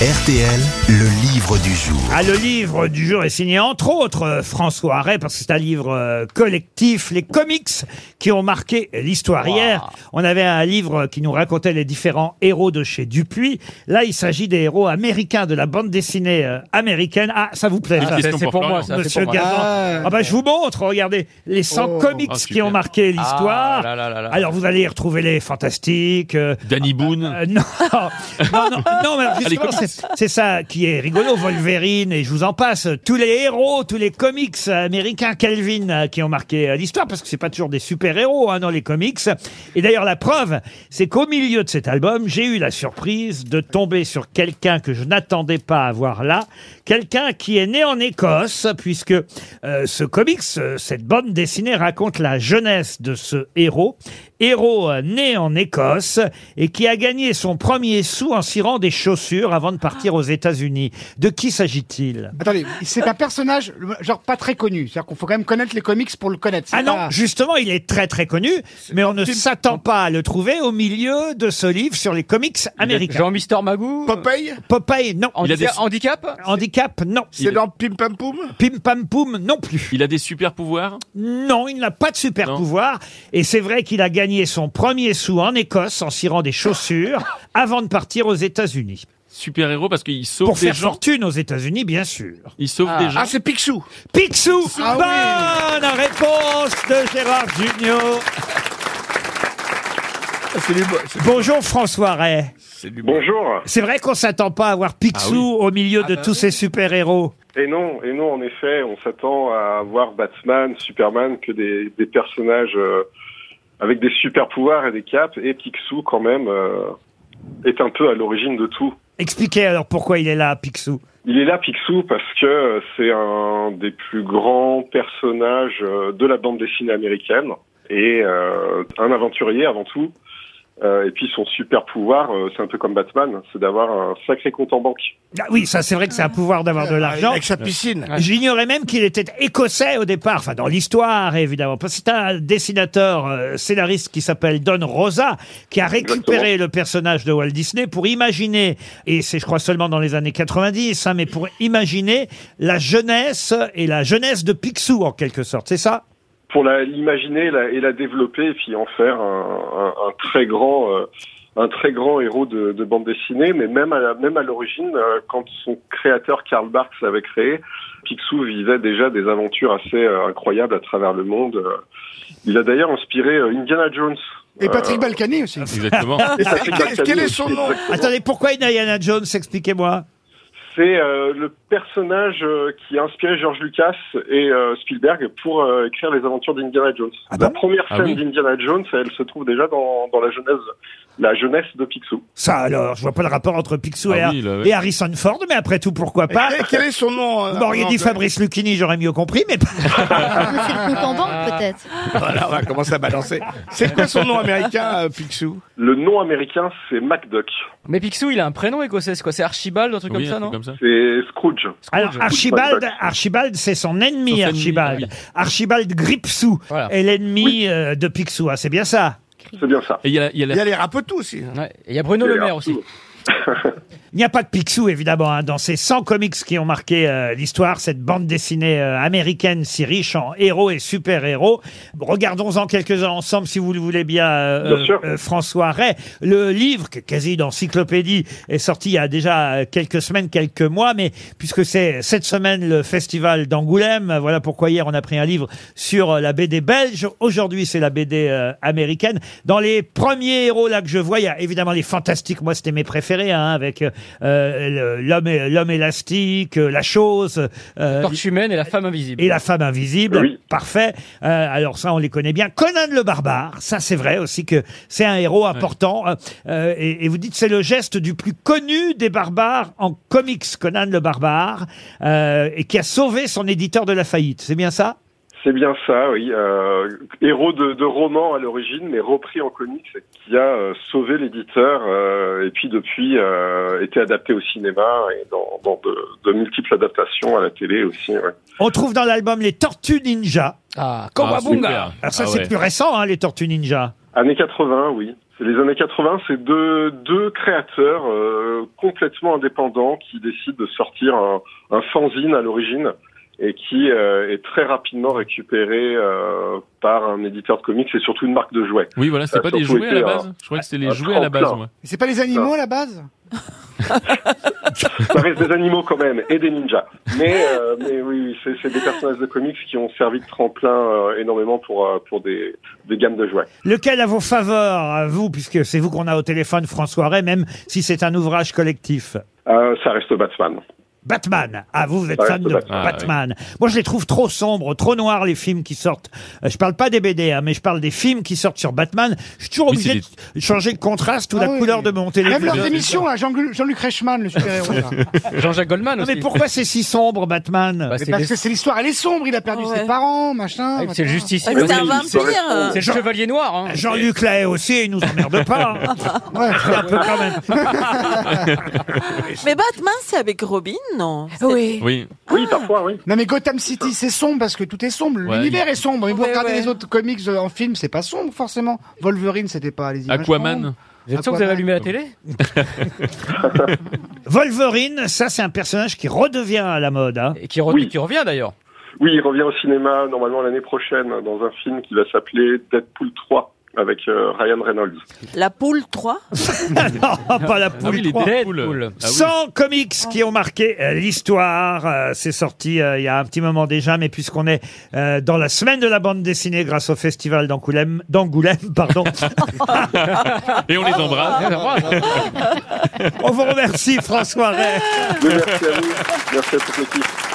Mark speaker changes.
Speaker 1: RTL, le livre du jour.
Speaker 2: Ah, le livre du jour est signé entre autres euh, François Ray, parce que c'est un livre euh, collectif, les comics qui ont marqué l'histoire. Hier, on avait un livre qui nous racontait les différents héros de chez Dupuis. Là, il s'agit des héros américains de la bande dessinée euh, américaine. Ah, ça vous plaît, ça,
Speaker 3: question
Speaker 4: C'est
Speaker 3: pour
Speaker 4: pour moi,
Speaker 3: Florian.
Speaker 4: ça. c'est
Speaker 2: monsieur
Speaker 4: pour moi.
Speaker 2: Gazan
Speaker 4: Ah,
Speaker 2: Ah bah, je vous montre, regardez, les 100 comics
Speaker 3: Ah,
Speaker 2: qui
Speaker 3: super.
Speaker 2: ont marqué l'histoire.
Speaker 4: Ah, là, là, là, là.
Speaker 2: Alors, vous allez y retrouver les fantastiques, euh,
Speaker 3: Danny Boone.
Speaker 2: Euh, non, non, non, non, mais
Speaker 3: les
Speaker 2: justement,
Speaker 3: comics.
Speaker 2: c'est- c'est ça qui est rigolo, Wolverine, et je vous en passe, tous les héros, tous les comics américains, Calvin, euh, qui ont marqué euh, l'histoire, parce que c'est pas toujours des super-héros hein, dans les comics. Et d'ailleurs, la preuve, c'est qu'au milieu de cet album, j'ai eu la surprise de tomber sur quelqu'un que je n'attendais pas à voir là, quelqu'un qui est né en Écosse, puisque euh, ce comics, euh, cette bande dessinée raconte la jeunesse de ce héros, héros euh, né en Écosse et qui a gagné son premier sou en cirant des chaussures avant de partir aux États-Unis. De qui s'agit-il
Speaker 5: Attendez, c'est un personnage, le- genre pas très connu. C'est-à-dire qu'on faut quand même connaître les comics pour le connaître. C'est
Speaker 2: Ah
Speaker 5: pas-
Speaker 2: non, justement, il est très très connu, mais on ne s'attend pas à le trouver au milieu de ce livre sur les comics américains.
Speaker 4: Jean Mister Magoo.
Speaker 5: euh,
Speaker 6: Popeye
Speaker 2: Popeye, non.
Speaker 3: Il a des-
Speaker 4: Handicap, handicap
Speaker 2: Handicap, non.
Speaker 3: Il
Speaker 6: C'est
Speaker 3: est-
Speaker 6: dans Pim Pam Poum
Speaker 2: Pim Pam Poum, non plus.
Speaker 3: Il a des super pouvoirs.
Speaker 2: Non, il n'a pas de super
Speaker 3: Non.
Speaker 2: pouvoir. Et c'est vrai qu'il a gagné son premier sou en Écosse en cirant des chaussures avant de partir aux États-Unis.
Speaker 3: Super héros parce qu'il sauve
Speaker 2: Pour
Speaker 3: des
Speaker 2: faire
Speaker 3: gens.
Speaker 2: fortune aux États-Unis, bien sûr.
Speaker 3: Il sauve
Speaker 4: Ah.
Speaker 3: des gens.
Speaker 6: Ah, c'est Picsou
Speaker 2: Picsou,
Speaker 5: Ah oui.
Speaker 2: bonne réponse de Gérard Junior.
Speaker 6: C'est du bo- c'est-
Speaker 2: Bonjour François Ray.
Speaker 6: c'est du bon.
Speaker 7: Bonjour.
Speaker 2: C'est vrai qu'on s'attend pas à voir Picsou au milieu de tous ces super-héros.
Speaker 7: Et non, et non, en effet, on s'attend à voir Batman, Superman, que des, des personnages euh, avec des super pouvoirs et des capes. Et Picsou, quand même, euh, est un peu à l'origine de tout.
Speaker 2: Expliquez alors pourquoi il est là, Picsou.
Speaker 7: Il est là, Picsou, parce que euh, c'est un des plus grands personnages euh, de la bande dessinée américaine et euh, un aventurier avant tout. Euh, et puis son super pouvoir, euh, c'est un peu comme Batman, c'est d'avoir un sacré compte en banque.
Speaker 2: Ah oui, ça c'est vrai que c'est un pouvoir d'avoir de l'argent.
Speaker 6: Avec sa piscine.
Speaker 4: Ouais.
Speaker 2: J'ignorais même qu'il était écossais au départ, enfin dans l'histoire évidemment. Parce que c'est un dessinateur, euh, scénariste qui s'appelle Don Rosa, qui a récupéré le personnage de Walt Disney pour imaginer, et c'est je crois seulement dans les années 90, hein, mais pour imaginer la jeunesse et la jeunesse de Picsou en quelque sorte, c'est
Speaker 6: Ah
Speaker 2: ça
Speaker 7: pour la- l'imaginer la- et la développer et puis en faire un, un- un très grand euh, un très grand héros de, de bande dessinée mais même à la, même à l'origine euh, quand son créateur Karl Barks l'avait créé Picsou vivait déjà des aventures assez euh, incroyables à travers le monde Euh, il a d'ailleurs inspiré euh, Indiana Jones
Speaker 5: Et Patrick Balkany aussi.
Speaker 3: Exactement.
Speaker 6: Et c'est- quel- Ah, Quel est son nom
Speaker 7: Exactement.
Speaker 2: Attendez, pourquoi Indiana Jones Expliquez-moi.
Speaker 7: c'est euh, le personnage euh, qui a inspiré George Lucas et euh, Spielberg pour euh, écrire les aventures d'Indiana Jones. la première
Speaker 3: Ah
Speaker 7: scène
Speaker 3: oui.
Speaker 7: d'Indiana Jones, elle se trouve déjà dans, dans la jeunesse, la jeunesse de Picsou.
Speaker 2: Ça alors, je vois pas le rapport entre Picsou
Speaker 3: Ah
Speaker 2: et, Har-
Speaker 3: oui, là, ouais.
Speaker 2: et Harrison Ford, mais après tout, pourquoi pas
Speaker 6: Et Quel est son nom euh,
Speaker 2: Vous m'auriez
Speaker 6: en
Speaker 2: dit
Speaker 6: anglais
Speaker 2: Fabrice Lucchini, j'aurais mieux compris, mais
Speaker 8: C'est le compte en banque peut-être.
Speaker 6: Voilà, on va commencer à balancer. C'est quoi son nom américain, euh, Picsou
Speaker 7: Le nom américain, c'est MacDuck.
Speaker 4: Mais Picsou, il a un prénom écossais, c'est quoi C'est Archibald, un truc
Speaker 3: Oui,
Speaker 4: comme
Speaker 3: un
Speaker 4: ça,
Speaker 3: truc
Speaker 4: non
Speaker 3: comme ça.
Speaker 7: C'est Scrooge.
Speaker 2: Alors Archibald, Archibald, c'est son ennemi,
Speaker 3: Son ennemi,
Speaker 2: Archibald.
Speaker 3: ah
Speaker 2: Archibald Gripsou
Speaker 4: Voilà.
Speaker 2: est l'ennemi euh, de Picsou, hein, c'est bien ça.
Speaker 7: C'est bien ça.
Speaker 3: Et il y a, il y a la-
Speaker 6: Il y a les rapetous aussi.
Speaker 4: Ouais. Et Il y a Bruno Le Maire aussi.
Speaker 2: Il n'y a pas de Picsou évidemment hein, dans ces 100 comics qui ont marqué euh, l'histoire, cette bande dessinée euh, américaine si riche en héros et super-héros. Regardons-en quelques-uns ensemble si vous le voulez bien, euh,
Speaker 7: Bien sûr.
Speaker 2: François Ray. Le livre, qui est quasi une encyclopédie, est sorti il y a déjà euh, quelques semaines, quelques mois, mais puisque c'est cette semaine le festival d'Angoulême, euh, voilà pourquoi hier on a pris un livre sur euh, la BD belge. Aujourd'hui, c'est la BD euh, américaine. Dans les premiers héros là que je vois, il y a évidemment les fantastiques. Moi, c'était mes préférés, hein, avec euh, euh, le- l'homme l'homme élastique, euh, la chose. euh,
Speaker 4: Torche humaine et la femme invisible.
Speaker 2: et la femme invisible,
Speaker 7: Oui.
Speaker 2: parfait. Euh, alors ça, on les connaît bien. Conan le barbare, ça c'est vrai aussi que c'est un héros important. Euh, euh, et, et vous dites c'est le geste du plus connu des barbares en comics, Conan le barbare, euh, et qui a sauvé son éditeur de la faillite. C'est bien ça
Speaker 7: C'est bien ça, oui. Euh, héros de, de roman à l'origine, mais repris en comics, et qui a euh, sauvé l'éditeur euh, et puis depuis euh, été adapté au cinéma et dans, dans de, de multiples adaptations à la télé aussi. ouais.
Speaker 2: On trouve dans l'album les Tortues Ninja.
Speaker 4: Ah,
Speaker 3: Ah,
Speaker 4: Kawabunga
Speaker 3: super.
Speaker 2: Alors ça
Speaker 3: Ah
Speaker 2: c'est
Speaker 3: ouais.
Speaker 2: plus récent, hein, les Tortues Ninja.
Speaker 7: Années 80, oui. C'est les années 80, c'est deux, deux créateurs euh, complètement indépendants qui décident de sortir un, un fanzine à l'origine et qui euh, est très rapidement récupéré euh, par un éditeur de comics et surtout une marque de jouets.
Speaker 3: Oui, voilà,
Speaker 7: Ça
Speaker 3: c'était
Speaker 7: a
Speaker 3: pas des
Speaker 7: surtout
Speaker 3: jouets à la
Speaker 7: été un-
Speaker 3: base. Je crois que c'était les
Speaker 7: un
Speaker 3: jouets à la base,
Speaker 7: tremplin.
Speaker 3: moi.
Speaker 5: C'est pas les animaux à la base
Speaker 7: Ça reste des animaux quand même et des ninjas. Mais, euh, mais oui, oui, c'est c'est des personnages de comics qui ont servi de tremplin euh, énormément pour, euh, pour des, des gammes de jouets.
Speaker 2: Lequel à vos faveurs, à vous, puisque c'est vous qu'on a au téléphone, François Ray, même si c'est un ouvrage collectif
Speaker 7: Euh, ça reste Batman.
Speaker 2: Batman. Ah, vous, vous êtes
Speaker 7: Ouais,
Speaker 2: fan de
Speaker 7: Batman.
Speaker 3: Ah,
Speaker 2: Batman. Moi, je les trouve trop sombres, trop noirs, les films qui sortent. Euh, Je parle pas des BD, hein, mais je parle des films qui sortent sur Batman. Je suis toujours
Speaker 3: Oui,
Speaker 2: obligé de changer le contraste ou
Speaker 5: Ah
Speaker 2: la
Speaker 5: oui.
Speaker 2: couleur de mon
Speaker 5: Même
Speaker 2: téléphone.
Speaker 5: leurs émissions, là, Jean-Luc Jean-Luc Reichmann, le super-héros. là.
Speaker 4: Jean-Jacques Goldman
Speaker 2: Non,
Speaker 4: aussi.
Speaker 2: mais pourquoi c'est si sombre, Batman
Speaker 4: Bah,
Speaker 5: Mais
Speaker 4: c'est
Speaker 5: parce
Speaker 4: des-
Speaker 5: que c'est l'histoire, elle est sombre, il a perdu
Speaker 9: Ouais.
Speaker 5: ses parents, machin.
Speaker 4: c'est le
Speaker 5: machin.
Speaker 4: justicier.
Speaker 9: Ah, mais C'est un
Speaker 7: Oui,
Speaker 9: vampire. euh.
Speaker 4: C'est le chevalier noir. hein.
Speaker 2: Jean-Luc Lahaye aussi, il nous emmerde pas. hein.
Speaker 5: Ouais.
Speaker 2: C'est un peu quand même.
Speaker 9: Mais Batman, c'est avec Robin, non
Speaker 10: Oui.
Speaker 3: Oui.
Speaker 7: Oui, parfois, oui.
Speaker 5: Non mais Gotham City c'est sombre parce que tout est sombre,
Speaker 3: Ouais,
Speaker 5: l'univers est sombre. Mais vous
Speaker 9: Ouais,
Speaker 5: regardez
Speaker 9: ouais.
Speaker 5: les autres comics euh, en film, c'est pas sombre forcément. Wolverine c'était pas les images sombres.
Speaker 3: Aquaman.
Speaker 4: Vous êtes sûr que vous avez allumé la télé
Speaker 2: Wolverine, ça, c'est un personnage qui redevient à la mode. hein.
Speaker 4: Et qui, re-
Speaker 7: Oui.
Speaker 4: qui revient d'ailleurs.
Speaker 7: Oui, il revient au cinéma normalement l'année prochaine hein, dans un film qui va s'appeler Deadpool 3 avec euh, Ryan Reynolds.
Speaker 9: La poule 3
Speaker 2: non, pas la
Speaker 3: Ah
Speaker 2: poule
Speaker 3: oui, les
Speaker 2: trois.
Speaker 3: Deadpool. Ah oui.
Speaker 2: 100 comics qui ont marqué euh, l'histoire. Euh, c'est sorti euh, il y a un petit moment déjà, mais puisqu'on est euh, dans la semaine de la bande dessinée grâce au festival d'Angoulême, d'Angoulême, pardon.
Speaker 3: Et on les embrasse.
Speaker 4: ah,
Speaker 2: on vous remercie, François Ray.
Speaker 7: Merci à vous, merci à toute l'équipe.